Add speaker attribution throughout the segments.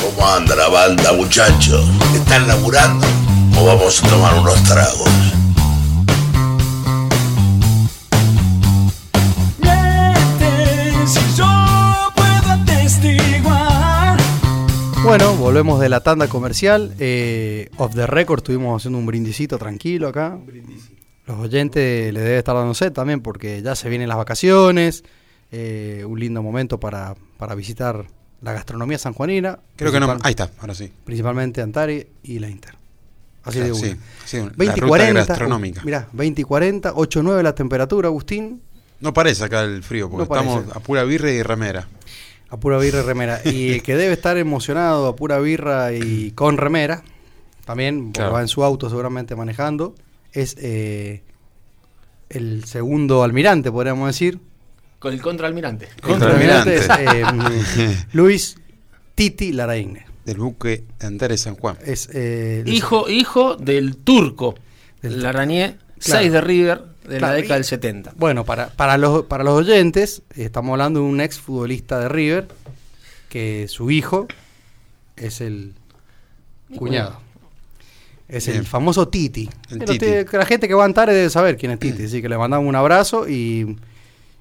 Speaker 1: ¿Cómo anda la banda, muchachos? ¿Están laburando? ¿O vamos a tomar unos tragos?
Speaker 2: Bueno, volvemos de la tanda comercial. Eh, off the record estuvimos haciendo un brindisito tranquilo acá. Los oyentes les debe estar dando sed también porque ya se vienen las vacaciones. eh, un lindo momento para, para visitar la gastronomía sanjuanina.
Speaker 3: Creo que no.
Speaker 2: principal-
Speaker 3: Ahí está, ahora sí.
Speaker 2: Principalmente Antari y la Inter. Así
Speaker 3: Claro,
Speaker 2: de una.
Speaker 3: sí, sí, la
Speaker 2: 20 y
Speaker 3: ruta
Speaker 2: 40,
Speaker 3: gastronómica.
Speaker 2: uh, Mirá, 20 y 40, 8 9 la temperatura, Agustín.
Speaker 3: No parece acá el frío, porque
Speaker 2: No parece.
Speaker 3: estamos a pura birra y remera.
Speaker 2: A pura birra y remera. Y el que debe estar emocionado a pura birra y con remera, también, porque
Speaker 3: Claro.
Speaker 2: va en su auto seguramente manejando, es eh, el segundo almirante, podríamos decir.
Speaker 4: Con el contraalmirante.
Speaker 2: El
Speaker 3: Contraalmirante.
Speaker 2: es, eh, Luis Titi Laraigne.
Speaker 3: Del buque Antares San Juan.
Speaker 2: Es, eh, el-
Speaker 4: Hijo, hijo del turco.
Speaker 2: Del-
Speaker 4: Larañé, 6 de River de la
Speaker 2: Claro,
Speaker 4: década
Speaker 2: y-
Speaker 4: del 70.
Speaker 2: Bueno, para, para, los, para los oyentes, estamos hablando de un ex futbolista de River, que su hijo es el cuñado. Es el
Speaker 3: Bien.
Speaker 2: famoso Titi.
Speaker 3: El
Speaker 2: Pero
Speaker 3: Titi.
Speaker 2: te- la gente que va a Antares debe saber quién es Titi, así que le mandamos un abrazo y,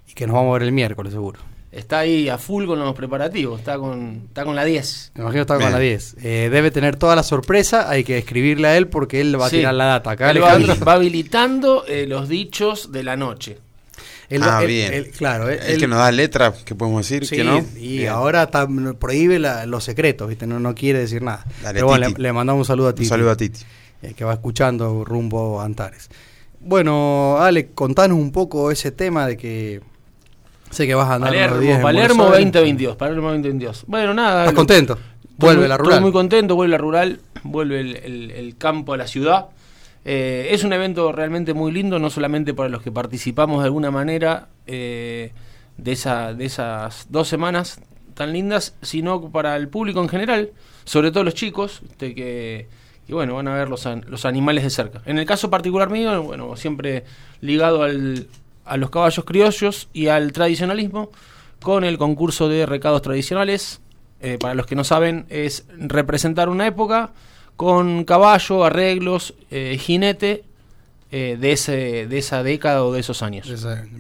Speaker 2: y que nos vamos a ver el miércoles seguro.
Speaker 4: Está ahí a full con los preparativos, está con, está con la 10.
Speaker 2: Me imagino que está con
Speaker 3: Bien.
Speaker 2: la 10. Eh, debe tener toda la sorpresa, hay que escribirle a él porque él va a
Speaker 4: Sí.
Speaker 2: tirar la data. Acá
Speaker 4: Él va,
Speaker 2: Alejandro,
Speaker 4: va habilitando eh, los dichos de la noche.
Speaker 2: él va-
Speaker 3: ah,
Speaker 2: él-
Speaker 3: bien.
Speaker 2: él- claro, él-
Speaker 3: el, que nos da letras, que podemos decir
Speaker 2: Sí,
Speaker 3: que no.
Speaker 2: y
Speaker 3: Bien.
Speaker 2: ahora tam- prohíbe la- los secretos, ¿viste? No, no quiere decir nada.
Speaker 3: Dale,
Speaker 2: Pero bueno, le,
Speaker 3: Titi.
Speaker 2: le mandamos un saludo a
Speaker 3: Un
Speaker 2: Titi,
Speaker 3: saludo a Titi.
Speaker 2: eh, que va escuchando rumbo a Antares. Bueno, Ale, contanos un poco ese tema de que sé que vas a andar unos días
Speaker 4: Palermo,
Speaker 2: en
Speaker 4: Palermo
Speaker 2: Buenos Aires.
Speaker 4: 2022. Palermo 2022. Bueno, nada.
Speaker 2: ¿Estás
Speaker 4: lo-
Speaker 2: contento?
Speaker 4: Estoy
Speaker 2: Vuelve
Speaker 4: muy-
Speaker 2: la
Speaker 4: Estoy
Speaker 2: rural.
Speaker 4: muy contento, vuelve la rural, vuelve el, el- el campo a la ciudad. Eh, es un evento realmente muy lindo, no solamente para los que participamos de alguna manera eh, de, esa, de esas dos semanas tan lindas, sino para el público en general, sobre todo los chicos, este, que, que, bueno, van a ver los, an- los animales de cerca. En el caso particular mío, bueno, siempre ligado al- a los caballos criollos y al tradicionalismo, con el concurso de recados tradicionales. Eh, para los que no saben, es representar una época con caballo, arreglos, eh, jinete eh, de, ese, de esa década o de esos años.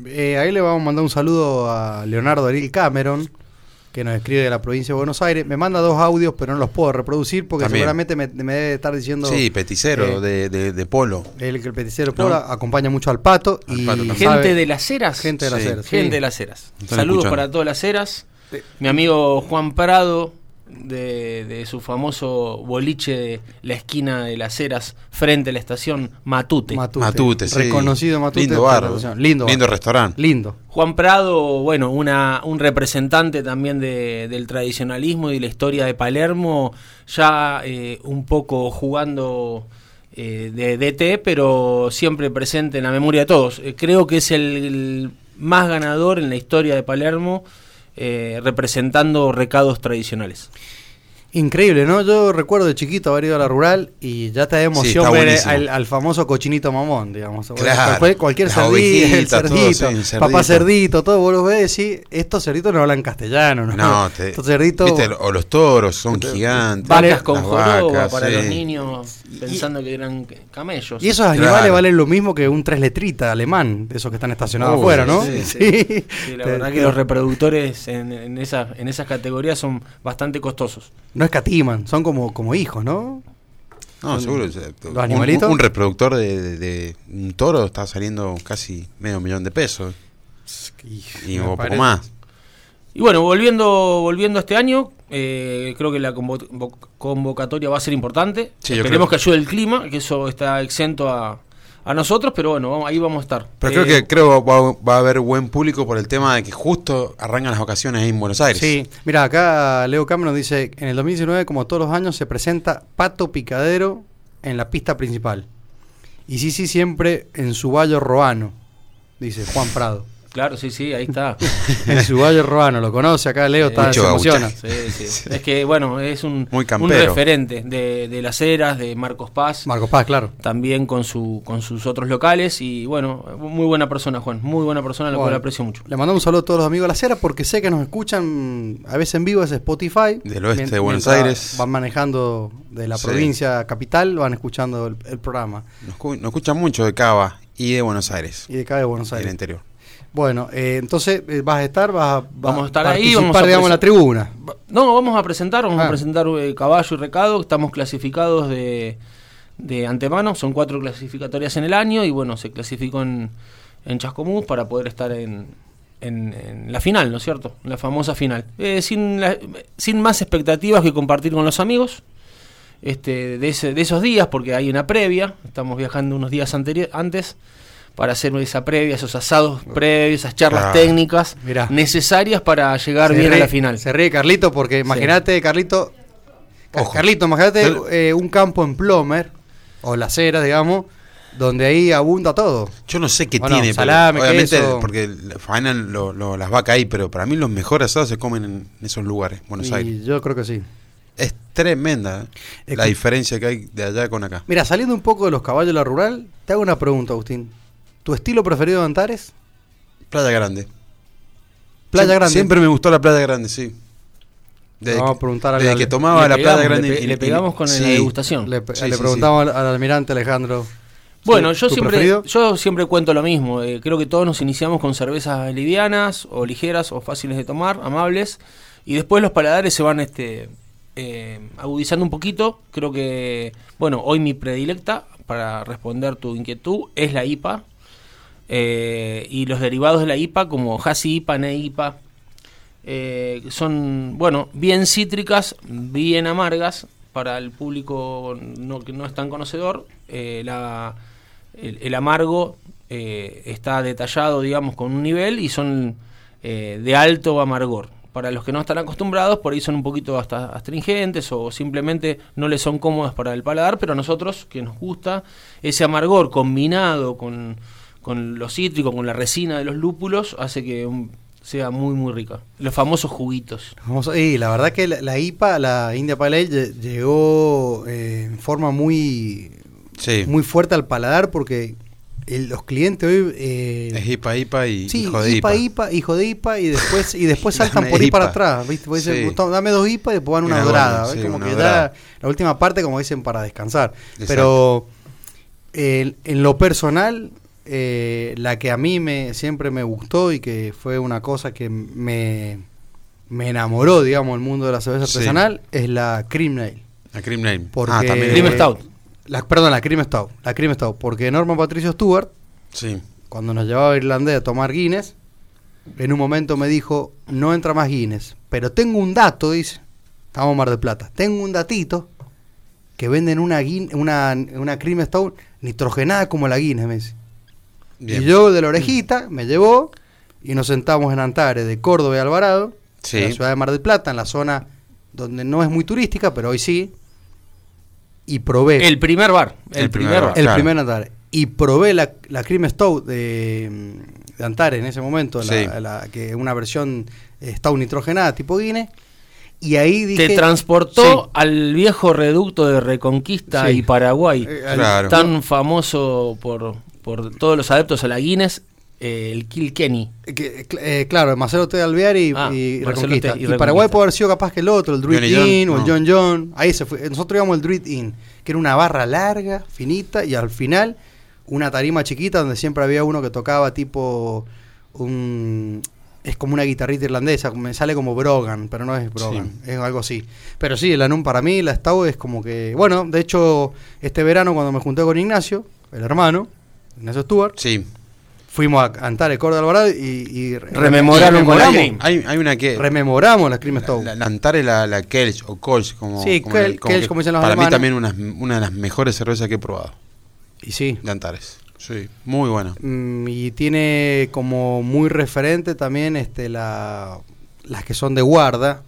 Speaker 2: Eh, ahí le vamos a mandar un saludo a Leonardo Ariel Cameron, que nos escribe de la provincia de Buenos Aires. Me manda dos audios, pero no los puedo reproducir porque
Speaker 3: También.
Speaker 2: seguramente me, me debe estar diciendo...
Speaker 3: Sí, peticero
Speaker 2: eh,
Speaker 3: de, de- de polo.
Speaker 2: El, el peticero
Speaker 3: No.
Speaker 2: Pola acompaña mucho al pato
Speaker 3: Al
Speaker 2: y
Speaker 3: Pato también.
Speaker 4: Gente
Speaker 2: sabe-
Speaker 4: de las Heras.
Speaker 2: gente de las
Speaker 3: Sí.
Speaker 2: Heras,
Speaker 4: Gente
Speaker 2: sí.
Speaker 4: de las Heras.
Speaker 3: Están
Speaker 4: Saludos
Speaker 3: escuchando.
Speaker 4: para todas las Heras. Mi amigo Juan Prado, de, de su famoso boliche de la esquina de las Heras, frente a la estación Matute.
Speaker 2: Matute.
Speaker 3: Matute, sí.
Speaker 2: Reconocido Matute.
Speaker 3: Lindo
Speaker 2: por
Speaker 3: bar.
Speaker 2: la producción. Lindo, bar.
Speaker 3: Lindo restaurante.
Speaker 2: Lindo.
Speaker 4: Juan Prado, bueno, una, un representante también de- del tradicionalismo y de la historia de Palermo, ya eh, un poco jugando eh, de DT, pero siempre presente en la memoria de todos. Eh, creo que es el, el más ganador en la historia de Palermo, eh, representando recados tradicionales.
Speaker 2: Increíble, ¿no? Yo recuerdo de chiquito haber ido a la rural y ya te da emoción
Speaker 3: está
Speaker 2: ver
Speaker 3: buenísimo.
Speaker 2: al, al famoso cochinito mamón, digamos.
Speaker 3: Claro.
Speaker 2: Cualquier, cualquier
Speaker 3: Las
Speaker 2: cerdito, el
Speaker 3: ovejitas, todo,
Speaker 2: cerdito,
Speaker 3: sí, el
Speaker 2: papá
Speaker 3: cerdito.
Speaker 2: cerdito, todo. Vos los ves y decís, estos cerditos no hablan castellano, ¿no?
Speaker 3: No, te,
Speaker 2: estos cerditos.
Speaker 3: viste, o los toros son gigantes.
Speaker 4: Vacas
Speaker 3: las
Speaker 4: con joroba
Speaker 3: vacas,
Speaker 4: para
Speaker 3: sí.
Speaker 4: los niños, pensando que eran camellos.
Speaker 2: Y esos
Speaker 3: Claro.
Speaker 2: animales valen lo mismo que un tres letrita alemán, de esos que están estacionados
Speaker 3: Uy,
Speaker 2: afuera, ¿no?
Speaker 3: sí, sí.
Speaker 4: Sí, la
Speaker 2: Te-
Speaker 4: verdad
Speaker 2: te-
Speaker 4: que los reproductores en, en esas, en esas categorías son bastante costosos.
Speaker 2: No escatiman, son como, como hijos, ¿no?
Speaker 3: No, seguro. o sea, un-
Speaker 2: animalitos?
Speaker 3: Un, reproductor de, de- de un toro está saliendo casi medio millón de pesos. Y un poco más.
Speaker 4: Y bueno, volviendo, volviendo a este año, eh, creo que la convo- vo- convocatoria va a ser importante.
Speaker 3: Sí, yo creo.
Speaker 4: Esperemos que ayude el clima, que eso está exento a, a nosotros, pero bueno, vamos- ahí vamos a estar.
Speaker 3: Pero
Speaker 4: Eh,
Speaker 3: creo que creo va, va a haber buen público por el tema de que justo arrancan las vacaciones ahí en Buenos Aires.
Speaker 2: Sí, mira, acá Leo Cameron dice, en el 2019, como todos los años, se presenta Pato Picadero en la pista principal. Y sí, sí, siempre en su bayo roano, dice Juan Prado.
Speaker 4: Claro, sí, sí, ahí está.
Speaker 2: En su valle Robano, lo conoce acá, Leo está,
Speaker 3: Mucho
Speaker 2: se emociona.
Speaker 3: gauchaje.
Speaker 4: Sí, sí. Es que, bueno, es un,
Speaker 3: Muy
Speaker 4: un
Speaker 3: campero.
Speaker 4: referente de, de las eras, de Marcos Paz,
Speaker 2: Marcos Paz, claro.
Speaker 4: también con, su, con sus otros locales. Y bueno, muy buena persona, Juan. Muy buena persona, lo cual
Speaker 2: Bueno,
Speaker 4: aprecio mucho.
Speaker 2: Le mandamos un saludo a todos los amigos de la Cera porque sé que nos escuchan a veces en vivo, es Spotify.
Speaker 3: Del oeste
Speaker 2: Mien-
Speaker 3: de Buenos
Speaker 2: mientras
Speaker 3: Aires.
Speaker 2: Van manejando de la
Speaker 3: Sí.
Speaker 2: provincia capital, van escuchando el, el programa.
Speaker 3: Nos, cu- nos escuchan mucho de Cava y de Buenos Aires,
Speaker 2: Y de acá de Buenos
Speaker 3: del
Speaker 2: Aires.
Speaker 3: interior.
Speaker 2: Bueno, eh, entonces eh, vas a estar, vas a,
Speaker 4: Vamos a estar ahí,
Speaker 2: participar,
Speaker 4: vamos a
Speaker 2: digamos, en la
Speaker 4: presen-
Speaker 2: tribuna.
Speaker 4: Va- No, vamos a presentar, vamos
Speaker 2: Ah.
Speaker 4: a presentar eh, caballo y recado, estamos clasificados de, de antemano, son cuatro clasificatorias en el año y bueno, se clasificó en, en Chascomús para poder estar en, en- en la final, ¿no es cierto? La famosa final. Eh, sin, la- sin más expectativas que compartir con los amigos. Este, de, ese- de esos días, porque hay una previa, estamos viajando unos días anterior, antes para hacer esa previa, esos asados previos, esas charlas
Speaker 3: Ah,
Speaker 4: técnicas
Speaker 2: mirá.
Speaker 4: necesarias para llegar
Speaker 2: Se
Speaker 4: bien a
Speaker 2: ríe-
Speaker 4: la final.
Speaker 2: Se ríe Carlito porque imagínate, Carlito. Ca-
Speaker 3: Ojo.
Speaker 2: Carlito, imagínate
Speaker 3: Yo-
Speaker 2: eh, un campo en Plomer o las ceras, digamos, donde ahí abunda todo.
Speaker 3: Yo no sé qué
Speaker 2: Bueno,
Speaker 3: tiene, pero
Speaker 2: salame,
Speaker 3: obviamente
Speaker 2: queso.
Speaker 3: porque la faena lo- lo- las vacas ahí, pero para mí los mejores asados se comen en esos lugares, Buenos
Speaker 2: y
Speaker 3: Aires.
Speaker 2: yo creo que sí.
Speaker 3: Es tremenda eh,
Speaker 2: Es
Speaker 3: la
Speaker 2: que-
Speaker 3: diferencia que hay de allá con acá.
Speaker 2: Mira, saliendo un poco de los caballos de la rural, te hago una pregunta, Agustín. ¿Tu estilo preferido de Antares?
Speaker 3: Playa Grande.
Speaker 2: Playa
Speaker 3: Siem-
Speaker 2: Grande.
Speaker 3: Siempre me gustó la Playa Grande, sí. Desde,
Speaker 2: Vamos a
Speaker 3: que,
Speaker 2: preguntar al-
Speaker 3: desde
Speaker 2: al-
Speaker 3: que tomaba
Speaker 4: Le
Speaker 3: la
Speaker 4: pegamos,
Speaker 3: Playa Grande
Speaker 4: le pe- le pegamos con la
Speaker 3: sí.
Speaker 4: degustación.
Speaker 2: Le,
Speaker 3: Sí,
Speaker 2: le
Speaker 3: sí,
Speaker 2: preguntamos al, al almirante Alejandro.
Speaker 4: Bueno,
Speaker 2: ¿sí?
Speaker 4: yo
Speaker 2: ¿Tu
Speaker 4: siempre,
Speaker 2: preferido?
Speaker 4: yo siempre cuento lo mismo. eh, creo que todos nos iniciamos con cervezas livianas o ligeras o fáciles de tomar, amables. Y después los paladares se van este, eh, agudizando un poquito. Creo que, bueno, hoy mi predilecta, para responder tu inquietud, es la IPA. eh, y los derivados de la IPA, como Hasi IPA, Ne IPA, eh, son, bueno, bien cítricas, bien amargas. Para el público no, que no es tan conocedor, eh, la- el, el amargo eh, está detallado, digamos, con un nivel y son eh, de alto amargor. Para los que no están acostumbrados, por ahí son un poquito hasta astringentes o simplemente no les son cómodas para el paladar, pero a nosotros, que nos gusta, ese amargor combinado con, con lo cítrico, con la resina de los lúpulos, hace que mm, sea muy, muy rica. Los famosos juguitos.
Speaker 2: Vamos a- y la verdad que la, la IPA, la India Pale Ale, lle- llegó eh, en forma muy,
Speaker 3: Sí.
Speaker 2: muy fuerte al paladar porque el- los clientes hoy... eh,
Speaker 3: Es hipa hipa y
Speaker 2: Sí,
Speaker 3: hijo de
Speaker 2: IPA,
Speaker 3: hipa.
Speaker 2: IPA, hijo de IPA, y después, y después saltan
Speaker 3: Dame
Speaker 2: por ahí para
Speaker 3: IPA.
Speaker 2: atrás. ¿viste? Vos dicen,
Speaker 3: Sí.
Speaker 2: "Gustavo, dame dos IPA y después van una,
Speaker 3: Una
Speaker 2: dorada.
Speaker 3: buena,
Speaker 2: ¿ves?
Speaker 3: sí,
Speaker 2: como
Speaker 3: una
Speaker 2: que
Speaker 3: dorada.
Speaker 2: ya la última parte, como dicen, para descansar.
Speaker 3: Exacto.
Speaker 2: Pero el- en lo personal, eh, la que a mí me, siempre me gustó y que fue una cosa que me, me enamoró, digamos, el mundo de la cerveza
Speaker 3: Sí.
Speaker 2: artesanal, es la Cream Nail.
Speaker 3: La Cream Name.
Speaker 2: Porque-
Speaker 3: Ah, también.
Speaker 4: Cream
Speaker 2: Eh,
Speaker 4: Stout.
Speaker 2: La, perdón, la Cream Stout. La Cream Stout. Porque Norman Patricio Stewart
Speaker 3: Sí.
Speaker 2: cuando nos llevaba a Irlandés a tomar Guinness, en un momento me dijo, no entra más Guinness, pero tengo un dato, dice, estamos en Mar del Plata, tengo un datito que venden una, Guin- una, una cream stout nitrogenada como la Guinness, me dice.
Speaker 3: Bien.
Speaker 2: Y yo de la orejita me llevó y nos sentamos en Antares de Córdoba y Alvarado,
Speaker 3: Sí.
Speaker 2: en la ciudad de Mar del Plata, en la zona donde no es muy turística, pero hoy sí, y probé
Speaker 4: El primer bar. El,
Speaker 3: El primer
Speaker 4: primer bar.
Speaker 3: bar.
Speaker 2: el
Speaker 3: Claro.
Speaker 2: primer Antares. Y probé la, la Cream Stout de, mm, de Antares en ese momento, la-
Speaker 3: Sí.
Speaker 2: la, que es una versión eh, Stout nitrogenada tipo Guinness. Y ahí dije.
Speaker 4: Te transportó al viejo reducto de Reconquista
Speaker 2: Sí.
Speaker 4: y Paraguay.
Speaker 2: Eh, al-
Speaker 3: Claro.
Speaker 4: tan famoso por, por todos los adeptos a la Guinness, eh, el Kilkenny.
Speaker 2: que, cl- eh, claro, Marcelo T. Alvear y,
Speaker 4: Ah,
Speaker 2: y
Speaker 4: Marcelo
Speaker 2: Reconquista.
Speaker 4: T. y
Speaker 2: Y,
Speaker 4: Reconquista.
Speaker 2: Paraguay puede haber sido capaz que el otro, el Druid
Speaker 3: Johnny John,
Speaker 2: Inn o el
Speaker 3: no.
Speaker 2: John John. Ahí se fue. Nosotros íbamos el Druid Inn, que era una barra larga, finita, y al final una tarima chiquita donde siempre había uno que tocaba tipo un... Es como una guitarrita irlandesa, me sale como Brogan, pero no es Brogan, es algo así. Pero sí, el Anum para mí, la Stau es como que... Bueno, de hecho, este verano cuando me junté con Ignacio, el hermano, Ignacio Stuart,
Speaker 3: Sí.
Speaker 2: Fuimos a Antares, Córdoba, Alvarado y, y re-
Speaker 4: Rememoraron con la
Speaker 2: rememoramos,
Speaker 4: Cream.
Speaker 3: Hay, hay una que.
Speaker 2: rememoramos las Cream Stout.
Speaker 3: La, la Antares, la, la Kelch o Kolsch, como,
Speaker 2: Sí,
Speaker 3: como,
Speaker 2: Kel-
Speaker 3: la-
Speaker 2: Kelch, como dicen los
Speaker 3: Para
Speaker 2: alemanes.
Speaker 3: mí también una, una de las mejores cervezas que he probado,
Speaker 2: Y sí.
Speaker 3: de Antares. Sí, muy buena.
Speaker 2: Mm, Y tiene como muy referente también este la, las que son de guarda,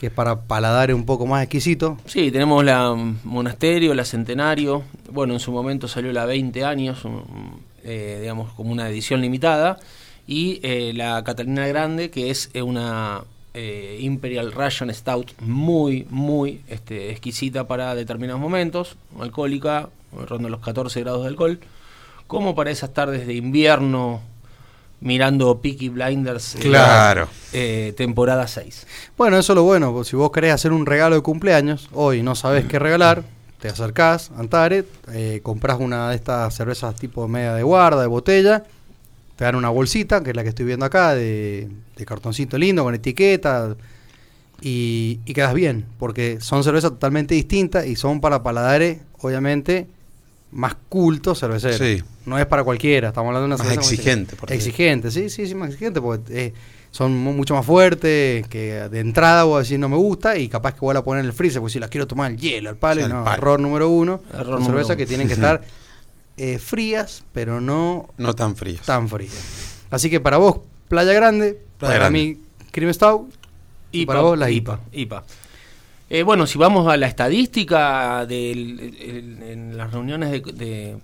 Speaker 2: que es para paladares un poco más exquisito.
Speaker 4: Sí, tenemos la mm, Monasterio, la Centenario. Bueno, en su momento salió la 20 años, un- eh, digamos, como una edición limitada. y eh, la Catalina Grande, que es eh, una eh, Imperial Russian Stout muy, muy este, exquisita para determinados momentos, alcohólica, ronda los 14 grados de alcohol, como para esas tardes de invierno mirando Peaky Blinders. eh,
Speaker 3: Claro.
Speaker 4: eh, temporada 6.
Speaker 2: Bueno, eso es lo bueno. porque Si vos querés hacer un regalo de cumpleaños, hoy no sabés qué regalar, te acercás a Antares, eh, comprás una de estas cervezas tipo media de guarda, de botella, te dan una bolsita, que es la que estoy viendo acá, de, de cartoncito lindo, con etiqueta, y, y quedas bien, porque son cervezas totalmente distintas y son para paladares, obviamente, más cultos cerveceros.
Speaker 3: Sí.
Speaker 2: No es para cualquiera, estamos hablando de una
Speaker 3: Más
Speaker 2: cerveza como dice-
Speaker 3: exigente, por decir.
Speaker 2: Exigente, sí, sí, sí, más exigente, porque eh, son mu- mucho más fuertes, que de entrada vos decís no me gusta y capaz que vos la pones en el freezer, porque si la quiero tomar al hielo, al palo,
Speaker 3: Al
Speaker 2: no,
Speaker 3: palo.
Speaker 2: error número uno.
Speaker 4: Error
Speaker 2: Son
Speaker 4: número
Speaker 2: cervezas
Speaker 4: uno.
Speaker 2: que tienen que estar eh, frías, pero no
Speaker 3: No tan frías.
Speaker 2: tan frías. Así que para vos, Playa Grande, para
Speaker 3: Playa Grande.
Speaker 2: mí, Crime Stout, y para vos, la IPA.
Speaker 4: IPA. Eh, bueno, si vamos a la estadística del- el- en las reuniones de, de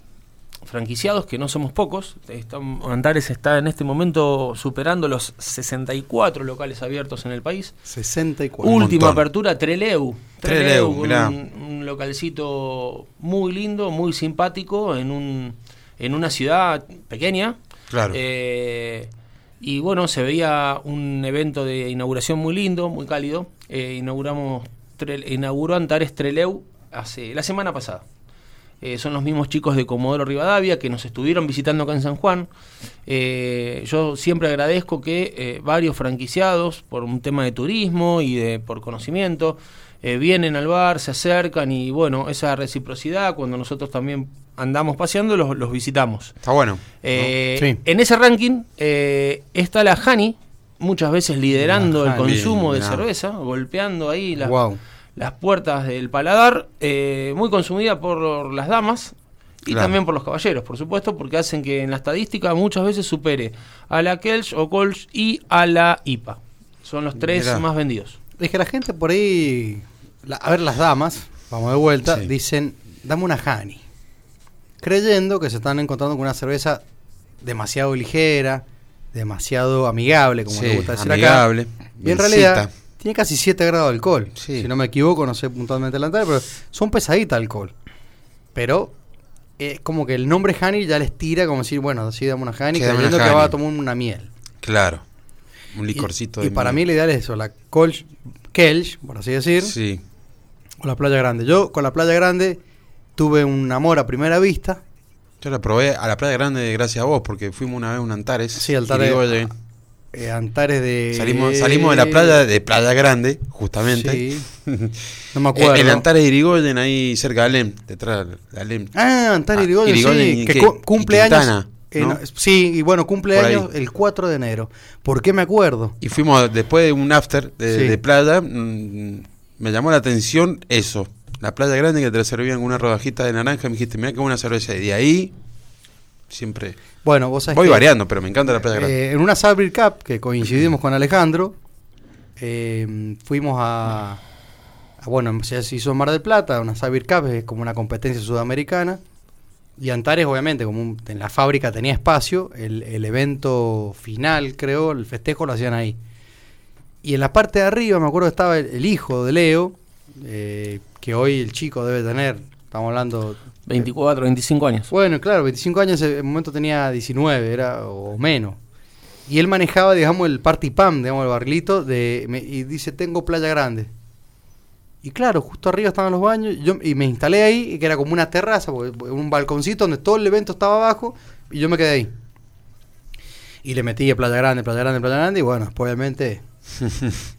Speaker 4: franquiciados, que no somos pocos, estamos- Antares está en este momento superando los 64 locales abiertos en el país.
Speaker 2: 64.
Speaker 3: Un
Speaker 4: Última
Speaker 3: montón.
Speaker 4: apertura, Treleu.
Speaker 3: Treleu,
Speaker 4: un-
Speaker 3: mirá.
Speaker 4: un, localcito muy lindo, muy simpático, en, un, en una ciudad pequeña.
Speaker 3: Claro.
Speaker 4: Eh, y bueno, se veía un evento de inauguración muy lindo, muy cálido. Eh, inauguramos, Trel- inauguró Antares Treleu hace, la semana pasada. Eh, son los mismos chicos de Comodoro Rivadavia que nos estuvieron visitando acá en San Juan. Eh, yo siempre agradezco que eh, varios franquiciados, por un tema de turismo y de, por conocimiento, eh, vienen al bar, se acercan y bueno, esa reciprocidad, cuando nosotros también andamos paseando, los, los visitamos.
Speaker 3: Está bueno.
Speaker 4: Eh,
Speaker 2: Sí.
Speaker 4: En ese ranking eh, está la Hani, muchas veces liderando
Speaker 2: La
Speaker 4: el
Speaker 3: Hani,
Speaker 4: consumo de
Speaker 3: mirá.
Speaker 4: cerveza, golpeando ahí las,
Speaker 2: Wow.
Speaker 4: las puertas del paladar, eh, muy consumida por las damas y
Speaker 3: Claro.
Speaker 4: también por los caballeros, por supuesto, porque hacen que en la estadística muchas veces supere a la Kelch o Kolsch y a la IPA. Son los tres
Speaker 3: Mirá.
Speaker 4: más vendidos.
Speaker 2: Es que la gente por ahí, la- a ver las damas, vamos de vuelta,
Speaker 3: Sí.
Speaker 2: dicen, dame una Hani. Creyendo que se están encontrando con una cerveza demasiado ligera, demasiado amigable, como
Speaker 3: Sí,
Speaker 2: le gusta decir
Speaker 3: amigable,
Speaker 2: acá. Y en
Speaker 3: dulcita.
Speaker 2: realidad tiene casi 7 grados de alcohol.
Speaker 3: Sí.
Speaker 2: Si no me equivoco, no sé puntualmente la entrada, pero son pesaditas de alcohol. Pero es como que el nombre Hani ya les tira como decir, bueno, así dame una Hani,
Speaker 3: Sí, dame una
Speaker 2: creyendo que
Speaker 3: Hani.
Speaker 2: va a tomar una miel.
Speaker 3: Claro. Un
Speaker 2: Y-
Speaker 3: licorcito
Speaker 2: Y,
Speaker 3: de
Speaker 2: para mí
Speaker 3: miel.
Speaker 2: el ideal es eso, la Kolsch, Kelch, por así decir,
Speaker 3: Sí.
Speaker 2: o la Playa Grande. Yo con la Playa Grande tuve un amor a primera vista.
Speaker 3: Yo la probé a la playa grande gracias a vos, porque fuimos una vez a un Antares.
Speaker 2: Sí, Antares.
Speaker 3: Irigoyen.
Speaker 2: eh, Antares de...
Speaker 3: Salimos, salimos de la playa, de Playa Grande, justamente.
Speaker 2: Sí. No me acuerdo.
Speaker 3: El Antares de Irigoyen, ahí cerca de Alem, detrás de Alem.
Speaker 2: Ah, Antares
Speaker 3: Ah,
Speaker 2: Irigoyen,
Speaker 3: Irigoyen
Speaker 2: sí,
Speaker 3: y
Speaker 2: que
Speaker 3: qué,
Speaker 2: cu-
Speaker 3: y
Speaker 2: cumple años...
Speaker 3: Quintana,
Speaker 2: eh, no,
Speaker 3: ¿no?
Speaker 2: sí, y bueno, cumple
Speaker 3: Por
Speaker 2: años
Speaker 3: ahí.
Speaker 2: el 4 de enero. ¿Por qué me acuerdo?
Speaker 3: Y fuimos a- después de un after de,
Speaker 2: Sí.
Speaker 3: de playa. mm, me llamó la atención eso. La playa grande que te la servían con una rodajita de naranja. Me dijiste, mira que buena cerveza. Y de ahí, siempre.
Speaker 2: Bueno, vos sabés
Speaker 3: Voy
Speaker 2: que-
Speaker 3: variando, pero me encanta la playa grande.
Speaker 2: Eh, en una Sabril Cup que coincidimos con Alejandro, eh, fuimos a, a, Bueno, se se hizo en Mar del Plata, una Sabril Cup es como una competencia sudamericana. Y Antares, obviamente, como un- en la fábrica tenía espacio, el, el evento final, creo, el festejo lo hacían ahí. Y en la parte de arriba, me acuerdo, estaba el, el hijo de Leo, eh, que hoy el chico debe tener, estamos hablando
Speaker 4: 24, 25 años.
Speaker 2: bueno, claro, 25 años, eh, en el momento tenía 19, era o menos. Y él manejaba, digamos, el party pam, digamos, el barrilito, de, me- y dice, tengo playa grande. Y claro, justo arriba estaban los baños, yo, y me instalé ahí, y que era como una terraza, porque- porque un balconcito donde todo el evento estaba abajo, y yo me quedé ahí. Y le metí a playa grande, playa grande, playa grande, y bueno, después, obviamente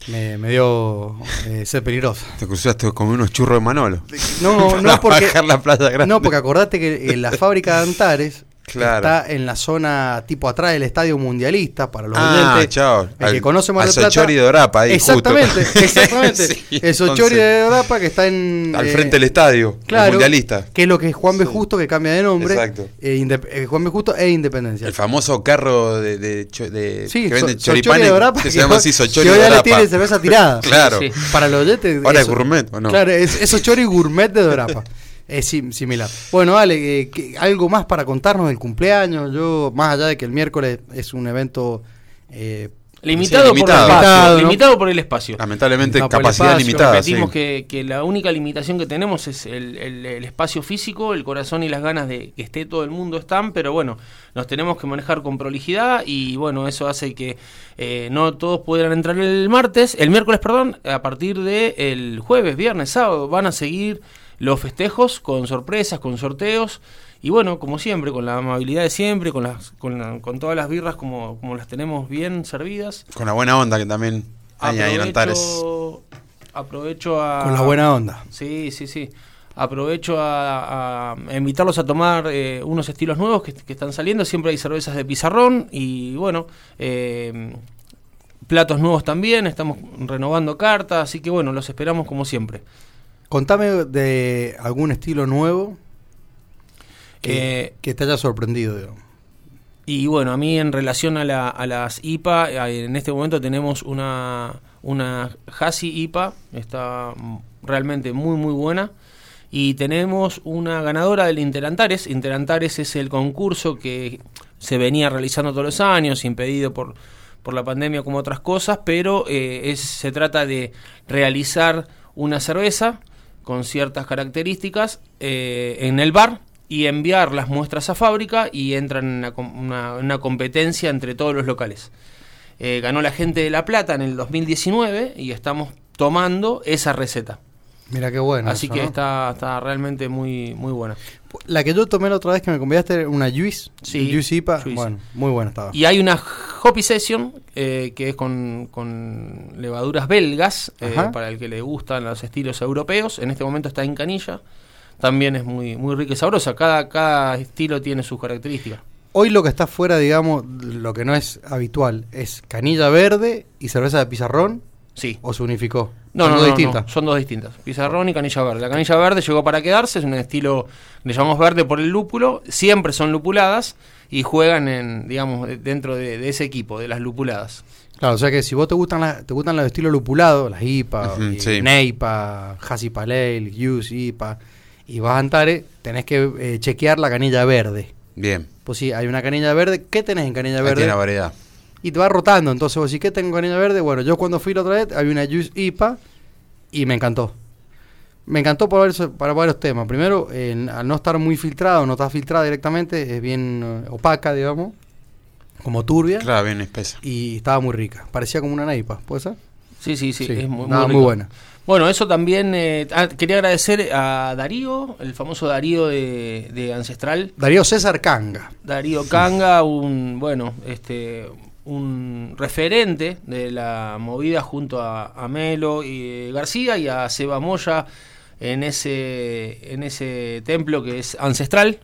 Speaker 2: me, me dio eh, ser peligrosa.
Speaker 3: Te cruzaste con unos churros de Manolo.
Speaker 2: No,
Speaker 3: Para
Speaker 2: no porque,
Speaker 3: bajar la playa grande.
Speaker 2: no, porque acordate que eh, la fábrica de Antares
Speaker 3: Claro.
Speaker 2: está en la zona tipo atrás del Estadio Mundialista para los
Speaker 3: Ah,
Speaker 2: oyentes.
Speaker 3: chao.
Speaker 2: El
Speaker 3: Al-
Speaker 2: que conoce Mar
Speaker 3: al
Speaker 2: del Plata.
Speaker 3: Sochori de Orapa, ahí, justo.
Speaker 2: Exactamente, exactamente.
Speaker 3: Sí,
Speaker 2: el Sochori
Speaker 3: entonces,
Speaker 2: de Orapa que está en
Speaker 3: Al
Speaker 2: eh,
Speaker 3: frente del estadio, el
Speaker 2: claro,
Speaker 3: mundialista.
Speaker 2: Que es lo que es Juan B. Justo que cambia de nombre.
Speaker 3: Exacto.
Speaker 2: Eh, Indep- eh, Juan B. Justo e Independencia.
Speaker 3: El famoso carro de, de cho- de-
Speaker 2: Sí,
Speaker 3: que vende
Speaker 2: so- Sochori
Speaker 3: choripanes,
Speaker 2: de Orapa,
Speaker 3: que se
Speaker 2: que
Speaker 3: llama
Speaker 2: hoy-
Speaker 3: así
Speaker 2: que
Speaker 3: Sochori
Speaker 2: hoy
Speaker 3: de
Speaker 2: ya le
Speaker 3: Orapa.
Speaker 2: tiene cerveza tirada.
Speaker 3: claro.
Speaker 4: Sí, sí.
Speaker 2: Para los oyentes. eso-
Speaker 3: Ahora es gourmet, ¿o no?
Speaker 2: Claro, es, esos choris gourmet de Dorapa. Es sim- similar. Bueno, Ale, eh, que- algo más para contarnos del cumpleaños. Yo, más allá de que el miércoles es un evento eh,
Speaker 4: Limitado,
Speaker 3: Sí,
Speaker 4: por el
Speaker 3: limitado.
Speaker 4: espacio.
Speaker 2: Limitado, ¿no?
Speaker 4: Limitado por el espacio.
Speaker 3: Lamentablemente,
Speaker 2: No, por el
Speaker 3: capacidad
Speaker 2: espacio,
Speaker 3: limitada. sí.
Speaker 4: Repetimos que, que la única limitación que tenemos es el, el- el espacio físico, el corazón y las ganas de que esté todo el mundo están, pero bueno, nos tenemos que manejar con prolijidad y bueno, eso hace que eh, no todos puedan entrar el martes, el miércoles, perdón, a partir del el jueves, viernes, sábado, van a seguir los festejos con sorpresas, con sorteos. Y bueno, como siempre, con la amabilidad de siempre, con, las, con, la- con todas las birras como, como las tenemos bien servidas.
Speaker 3: Con la buena onda que también hay ahí en Antares.
Speaker 4: Aprovecho, aprovecho a.
Speaker 2: con la buena onda.
Speaker 4: Sí, sí, sí. Aprovecho a, a invitarlos a tomar eh, unos estilos nuevos que, que están saliendo. Siempre hay cervezas de pizarrón y bueno, eh, platos nuevos también. Estamos renovando cartas, así que bueno, los esperamos como siempre.
Speaker 2: Contame de algún estilo nuevo que,
Speaker 4: Eh,
Speaker 2: que te haya sorprendido. digamos.
Speaker 4: Y bueno, a mí en relación a, la- a las IPA, a- en este momento tenemos una, una Hasi IPA, está mm, realmente muy muy buena. Y tenemos una ganadora del Interantares. Interantares es el concurso que se venía realizando todos los años, impedido por, por la pandemia como otras cosas, pero eh, es- se trata de realizar una cerveza con ciertas características eh, en el bar y enviar las muestras a fábrica y entran en una, com- una- una competencia entre todos los locales. Eh, ganó la gente de La Plata en el 2019 y estamos tomando esa receta.
Speaker 2: Mira qué bueno.
Speaker 4: Así
Speaker 2: eso,
Speaker 4: que
Speaker 2: ¿no?
Speaker 4: está, está realmente muy, muy buena.
Speaker 2: La que yo tomé la otra vez que me convidaste era una Juice.
Speaker 4: Sí,
Speaker 2: Juice IPA.
Speaker 4: Juice.
Speaker 2: Bueno, muy buena estaba.
Speaker 4: Y hay una Hoppy Session eh, que es con, con levaduras belgas, eh,
Speaker 2: Ajá.
Speaker 4: para el que le gustan los estilos europeos. En este momento está en canilla. También es muy, muy rica y sabrosa. Cada, cada estilo tiene sus características.
Speaker 2: Hoy lo que está fuera, digamos, lo que no es habitual, es canilla verde y cerveza de pizarrón
Speaker 4: Sí.
Speaker 2: o se unificó.
Speaker 4: No,
Speaker 2: Son
Speaker 4: no,
Speaker 2: dos
Speaker 4: no,
Speaker 2: distintas.
Speaker 4: no, son dos distintas. Pizarrón y canilla verde. La canilla verde llegó para quedarse, es un estilo, le llamamos verde por el lúpulo, siempre son lupuladas y juegan en, digamos, de- dentro de, de ese equipo, de las lupuladas.
Speaker 2: Claro, o sea que si vos te gustan las, te gustan los estilos lupulados, las IPA,
Speaker 3: Ujú,
Speaker 2: y
Speaker 3: sí.
Speaker 2: eh, Neipa, Hasi Palel, Juice IPA, y vas a Antares, tenés que eh, chequear la canilla verde.
Speaker 3: Bien.
Speaker 2: Pues sí, hay una canilla verde. ¿Qué tenés en canilla
Speaker 3: Ahí
Speaker 2: verde?
Speaker 3: tiene la variedad.
Speaker 2: Y te va rotando. Entonces vos decís, ¿qué tengo canilla verde? Bueno, yo cuando fui la otra vez había una Juice IPA y me encantó. Me encantó por varios, para varios temas. Primero, en- al no estar muy filtrado, no está filtrada directamente, es bien eh, opaca, digamos, como turbia.
Speaker 3: Claro, bien espesa.
Speaker 2: Y estaba muy rica. Parecía como una neipa, ¿puede ser?
Speaker 4: Sí, sí, sí, es muy,
Speaker 2: estaba
Speaker 4: muy
Speaker 2: muy,
Speaker 4: rico.
Speaker 2: buena.
Speaker 4: Bueno, eso también, eh, ah, quería agradecer a Darío, el famoso Darío de, de Ancestral,
Speaker 2: Darío César Canga.
Speaker 4: Darío Canga, un bueno, este un referente de la movida junto a, a Melo y eh, García y a Seba Moya en ese en ese templo que es ancestral. Eh,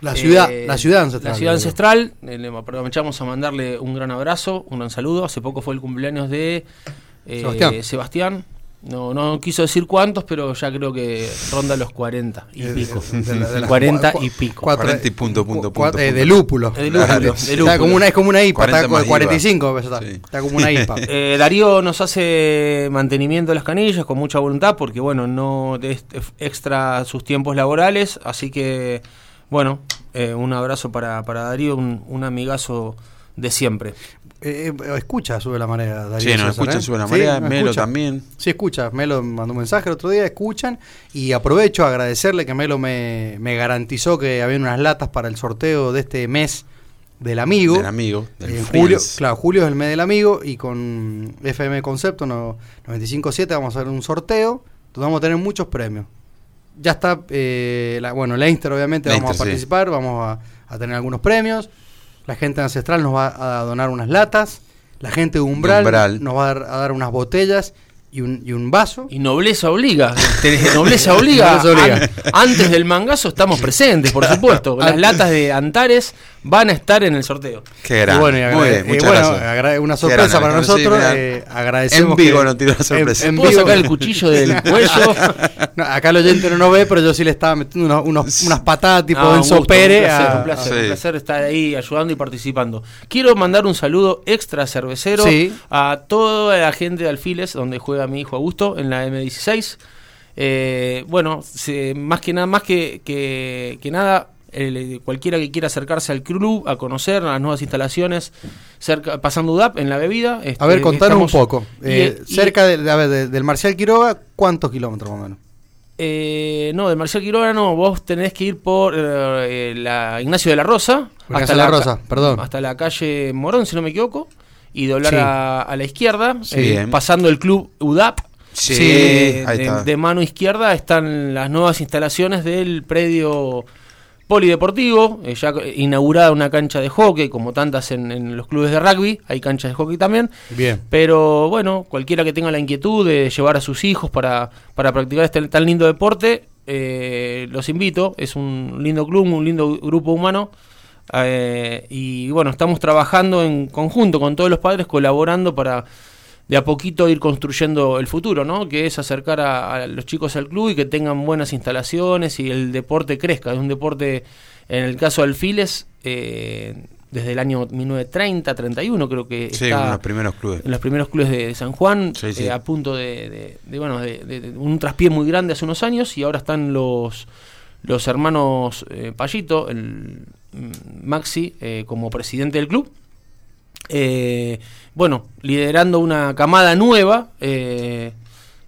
Speaker 2: La ciudad- la ciudad ancestral,
Speaker 4: La ciudad
Speaker 2: digo.
Speaker 4: ancestral. Eh, le aprovechamos a mandarle un gran abrazo, un gran saludo. Hace poco fue el cumpleaños de eh,
Speaker 2: Sebastián.
Speaker 4: Sebastián. No, no quiso decir cuántos, pero ya creo que ronda los 40 y pico. 40 y pico.
Speaker 3: 40 y punto, punto,
Speaker 2: cua-
Speaker 3: punto,
Speaker 2: eh,
Speaker 3: punto.
Speaker 2: de lúpulo.
Speaker 4: De lúpulo,
Speaker 2: Claro.
Speaker 4: de
Speaker 2: Está
Speaker 4: lúpulo.
Speaker 2: como una, es como una IPA,
Speaker 3: 40
Speaker 2: está como
Speaker 3: más
Speaker 2: de
Speaker 3: IVA.
Speaker 2: 45, pues, está,
Speaker 3: Sí.
Speaker 2: está como una IPA.
Speaker 4: Eh, Darío nos hace mantenimiento de las canillas con mucha voluntad porque, bueno, no es extra sus tiempos laborales. Así que, bueno, eh, un abrazo para, para Darío, un, un amigazo de siempre.
Speaker 2: Eh, eh, escucha, sube la marea. Darío
Speaker 3: Sí, nos
Speaker 2: César,
Speaker 3: escuchan,
Speaker 2: ¿eh?
Speaker 3: sube la
Speaker 2: Sí,
Speaker 3: marea,
Speaker 2: nos
Speaker 3: Melo
Speaker 2: escucha.
Speaker 3: también.
Speaker 2: Sí, escucha, Melo me mandó un mensaje el otro día, escuchan. Y aprovecho a agradecerle que Melo me, me garantizó que había unas latas para el sorteo de este mes del amigo.
Speaker 3: Del amigo, del
Speaker 2: En
Speaker 3: Friends.
Speaker 2: Eh, julio, claro, julio es el mes del amigo y con FM Concepto no- 95.7 vamos a hacer un sorteo donde vamos a tener muchos premios. Ya está, eh, la- bueno, Leinster obviamente vamos a
Speaker 3: Leinster, sí.
Speaker 2: participar, vamos a, a tener algunos premios. La gente de ancestral nos va a donar unas latas. La gente de Umbral,
Speaker 3: De Umbral.
Speaker 2: nos va a dar, a dar unas botellas y un, y un vaso.
Speaker 4: Y nobleza obliga. Tenés- Nobleza obliga.
Speaker 2: Nobleza obliga.
Speaker 4: An- antes del mangazo estamos presentes, por supuesto. Las latas de Antares van a estar en el sorteo.
Speaker 3: Qué grande.
Speaker 2: Y bueno, y
Speaker 3: Muy
Speaker 2: agrade-
Speaker 3: bien,
Speaker 2: eh,
Speaker 3: muchas
Speaker 2: bueno,
Speaker 3: gracias.
Speaker 2: agrade- una
Speaker 3: Qué
Speaker 2: sorpresa
Speaker 3: grande,
Speaker 2: para
Speaker 3: Alejandro, sí,
Speaker 2: nosotros.
Speaker 3: mirá.
Speaker 2: eh, agradecemos.
Speaker 3: En vivo
Speaker 2: que-
Speaker 3: nos tiró la sorpresa.
Speaker 2: En, en
Speaker 4: ¿Puedo
Speaker 2: vivo.
Speaker 4: sacar el cuchillo del cuello?
Speaker 2: No, acá el oyente no nos ve, pero yo sí le estaba metiendo unos- unos- unas patadas tipo
Speaker 4: Ah, un
Speaker 2: Enzo
Speaker 4: gusto,
Speaker 2: Pérez.
Speaker 4: Un placer,
Speaker 2: a-
Speaker 4: un placer,
Speaker 3: Sí.
Speaker 4: un placer estar ahí ayudando y participando. Quiero mandar un saludo extra cervecero
Speaker 2: Sí.
Speaker 4: a toda la gente de Alfiles, donde juega mi hijo Augusto, en la M16. Eh, bueno, se- más que nada, más que, que- que nada, el- eh, cualquiera que quiera acercarse al club, a conocer las nuevas instalaciones, cerca, pasando UDAP en la bebida.
Speaker 2: A
Speaker 4: este,
Speaker 2: ver, contanos un
Speaker 4: estamos-
Speaker 2: poco.
Speaker 4: y-
Speaker 2: Eh,
Speaker 4: y-
Speaker 2: cerca de- a ver, de- del Marcial Quiroga, ¿cuántos kilómetros más o menos?
Speaker 4: Eh, no, de Marcial Quiroga no, vos tenés que ir por eh, la Ignacio de la Rosa.
Speaker 2: Ignacio de la Rosa, perdón.
Speaker 4: Hasta la calle Morón, si no me equivoco. Y doblar
Speaker 2: Sí.
Speaker 4: a, a la izquierda,
Speaker 3: Sí,
Speaker 4: eh,
Speaker 3: bien.
Speaker 4: pasando el club UDAP.
Speaker 3: Sí,
Speaker 4: Eh,
Speaker 3: ahí
Speaker 4: de,
Speaker 3: está.
Speaker 4: de mano izquierda están las nuevas instalaciones del predio polideportivo, eh, ya inaugurada una cancha de hockey, como tantas en, en los clubes de rugby, hay canchas de hockey también.
Speaker 2: Bien.
Speaker 4: Pero bueno, cualquiera que tenga la inquietud de llevar a sus hijos para, para practicar este tan lindo deporte, eh, los invito. Es un lindo club, un lindo grupo humano. eh, y bueno, estamos trabajando en conjunto con todos los padres, colaborando para de a poquito ir construyendo el futuro, ¿no? Que es acercar a, a los chicos al club y que tengan buenas instalaciones y el deporte crezca. Es un deporte, en el caso de Alfiles, eh, desde el año 1930, 31 creo que
Speaker 3: Sí,
Speaker 4: está
Speaker 3: uno de los primeros clubes.
Speaker 4: en los primeros clubes de, de San Juan,
Speaker 3: Sí, sí.
Speaker 4: eh, a punto de, de- de, bueno, de, de- de un traspié muy grande hace unos años y ahora están los, los hermanos eh, Payito, el mm, Maxi, eh, como presidente del club. Eh, bueno, liderando una camada nueva eh,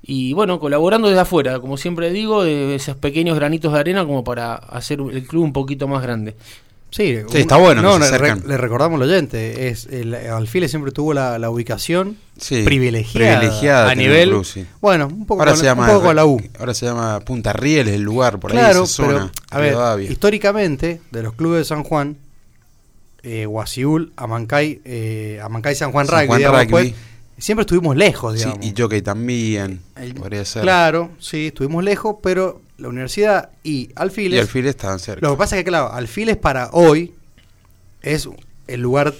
Speaker 4: y bueno, colaborando desde afuera, como siempre digo, de esos pequeños granitos de arena como para hacer el club un poquito más grande.
Speaker 2: Sí,
Speaker 3: Sí, está bueno que
Speaker 2: No,
Speaker 3: se
Speaker 2: no, re-
Speaker 3: acercan.
Speaker 2: le recordamos al oyente, es el Alfile siempre tuvo la, la ubicación
Speaker 3: Sí,
Speaker 2: privilegiada,
Speaker 3: privilegiada
Speaker 2: a
Speaker 3: tenía
Speaker 2: nivel.
Speaker 3: el club, sí.
Speaker 2: Bueno, un poco
Speaker 3: Ahora
Speaker 2: con,
Speaker 3: se
Speaker 2: la-
Speaker 3: llama
Speaker 2: un poco con la U.
Speaker 3: Ahora se llama Punta Rieles el lugar por ahí
Speaker 2: claro,
Speaker 3: esa zona.
Speaker 2: pero a ver,
Speaker 3: Rivadavia.
Speaker 2: históricamente de los clubes de San Juan, eh, Guasiul, Amancay, eh, Amancay San Juan
Speaker 3: San
Speaker 2: Rugby,
Speaker 3: Juan
Speaker 2: digamos,
Speaker 3: Rugby.
Speaker 2: pues, siempre estuvimos lejos,
Speaker 3: Sí,
Speaker 2: digamos.
Speaker 3: y Jockey también.
Speaker 2: El-
Speaker 3: podría ser.
Speaker 2: Claro, sí, estuvimos lejos, pero la universidad y
Speaker 3: y
Speaker 2: Alfiles.
Speaker 3: Alfiles estaban cerca.
Speaker 2: Lo que pasa es que, claro, Alfiles para hoy es el lugar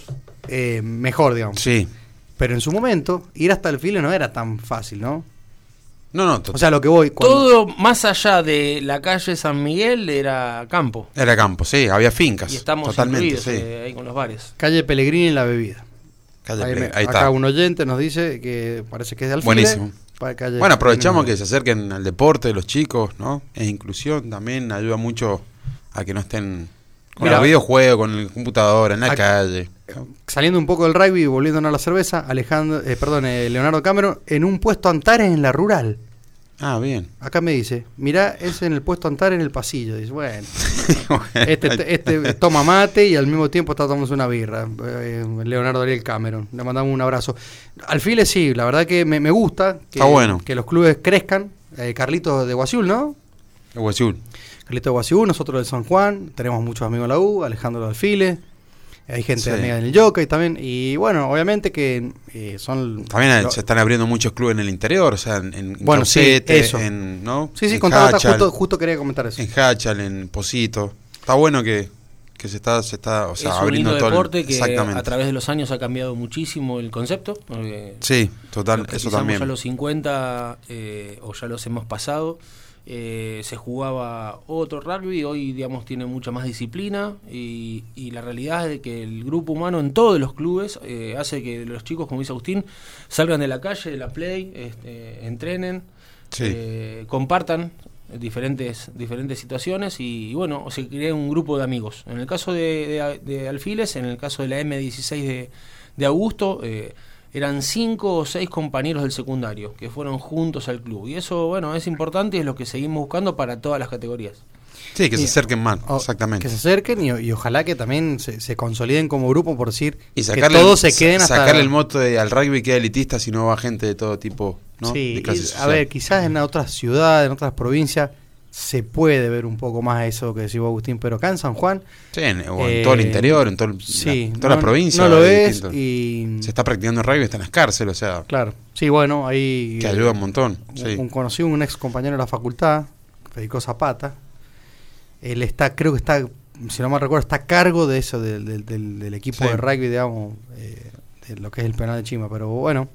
Speaker 2: eh, mejor, digamos.
Speaker 3: Sí.
Speaker 2: Pero en su momento, ir hasta Alfiles no era tan fácil, ¿no?
Speaker 3: No, no, to-
Speaker 2: O sea, lo que voy. cuando-
Speaker 4: Todo más allá de la calle San Miguel era campo.
Speaker 3: era campo, sí, había fincas.
Speaker 4: Y estamos
Speaker 3: totalmente,
Speaker 4: incluidos
Speaker 3: sí.
Speaker 4: eh, ahí con los bares.
Speaker 2: Calle Pellegrini en la bebida.
Speaker 3: Calle
Speaker 2: Ahí,
Speaker 3: Ple-
Speaker 2: me-
Speaker 3: ahí
Speaker 2: acá
Speaker 3: está.
Speaker 2: un oyente nos dice que parece que es de Alfiles.
Speaker 3: Buenísimo.
Speaker 2: para calle
Speaker 3: Bueno, aprovechamos que
Speaker 2: Pellegrini.
Speaker 3: se acerquen al deporte de los chicos, ¿no? Es inclusión también, ayuda mucho a que no estén con
Speaker 2: Mira.
Speaker 3: los videojuegos, con el computador, en la
Speaker 2: Ac-
Speaker 3: calle.
Speaker 2: Saliendo un poco del rugby y volviéndonos a la cerveza, Alejandro, eh, perdón, eh, Leonardo Cameron, en un puesto Antares en la rural.
Speaker 3: Ah, bien.
Speaker 2: Acá me dice, mirá, es en el puesto Antares en el pasillo. Dice, bueno,
Speaker 3: Bueno,
Speaker 2: este, este toma mate y al mismo tiempo está tomándose una birra. Eh, Leonardo Ariel Cameron. Le mandamos un abrazo. Alfiles sí, la verdad que me, me gusta que,
Speaker 3: Está bueno.
Speaker 2: que los clubes crezcan. Eh, Carlitos de Guasiul, ¿no?
Speaker 3: el Guasiul.
Speaker 2: Carlitos de Guasiul, nosotros del San Juan, tenemos muchos amigos de la U, Alejandro de Alfiles, hay gente
Speaker 3: Sí.
Speaker 2: amiga del Jockey también, y bueno, obviamente que eh, son...
Speaker 3: También hay-
Speaker 2: lo-
Speaker 3: se están abriendo muchos clubes en el interior, o sea, en, en
Speaker 2: Bueno, sí,
Speaker 3: Caucete,
Speaker 2: eso.
Speaker 3: en, ¿no?
Speaker 2: Sí, sí,
Speaker 3: En
Speaker 2: contaba, está-
Speaker 3: Hachal,
Speaker 2: justo, justo quería comentar eso.
Speaker 3: En Hachal, en Posito. Está bueno que, que se está, se está, o sea,
Speaker 4: es un
Speaker 3: abriendo
Speaker 4: lindo
Speaker 3: todo el-
Speaker 4: deporte que
Speaker 3: Exactamente.
Speaker 4: a través de los años ha cambiado muchísimo el concepto. porque
Speaker 3: Sí, total,
Speaker 4: los que
Speaker 3: eso
Speaker 4: pisamos
Speaker 3: también.
Speaker 4: Ya los 50 eh, o ya los hemos pasado. eh, se jugaba otro rugby, hoy digamos tiene mucha más disciplina y, y la realidad es de que el grupo humano en todos los clubes eh, hace que los chicos, como dice Agustín, salgan de la calle, de la play, este, entrenen,
Speaker 3: Sí.
Speaker 4: eh, compartan diferentes, diferentes situaciones y, bueno, se crea un grupo de amigos. En el caso de, de- de Alfiles, en el caso de la M16 de, de Augusto, eh, eran cinco o seis compañeros del secundario que fueron juntos al club. Y eso, bueno, es importante y es lo que seguimos buscando para todas las categorías.
Speaker 3: Sí, que se
Speaker 2: Y-
Speaker 3: acerquen más,
Speaker 2: O-
Speaker 3: exactamente.
Speaker 2: Que se acerquen y, y ojalá que también se, se consoliden como grupo, por decir, que
Speaker 3: y sacarle,
Speaker 2: todos se queden hasta...
Speaker 3: sacarle el moto de- al rugby que es elitista, si no va gente de todo tipo, ¿no?
Speaker 2: Sí,
Speaker 3: De clase
Speaker 2: y, a
Speaker 3: social.
Speaker 2: ver, quizás en otras ciudades, en otras provincias, se puede ver un poco más eso que decía Agustín, pero acá en San Juan...
Speaker 3: Sí, en, o en
Speaker 2: Eh,
Speaker 3: todo el interior, en todo el-
Speaker 2: Sí,
Speaker 3: la- todas las
Speaker 2: no-
Speaker 3: provincias.
Speaker 2: No lo
Speaker 3: hay
Speaker 2: es
Speaker 3: distintos.
Speaker 2: y...
Speaker 3: Se está practicando el rugby, está en las cárceles, o sea,
Speaker 2: Claro, sí, bueno, ahí...
Speaker 3: que ayuda un montón.
Speaker 2: un-
Speaker 3: Sí.
Speaker 2: Un conocido, un ex compañero de la facultad, Federico Zapata, él está, creo que está, si no mal recuerdo, está a cargo de eso, del, del- del- del equipo
Speaker 3: Sí.
Speaker 2: de rugby, digamos, eh, de lo que es el penal de Chima, pero bueno.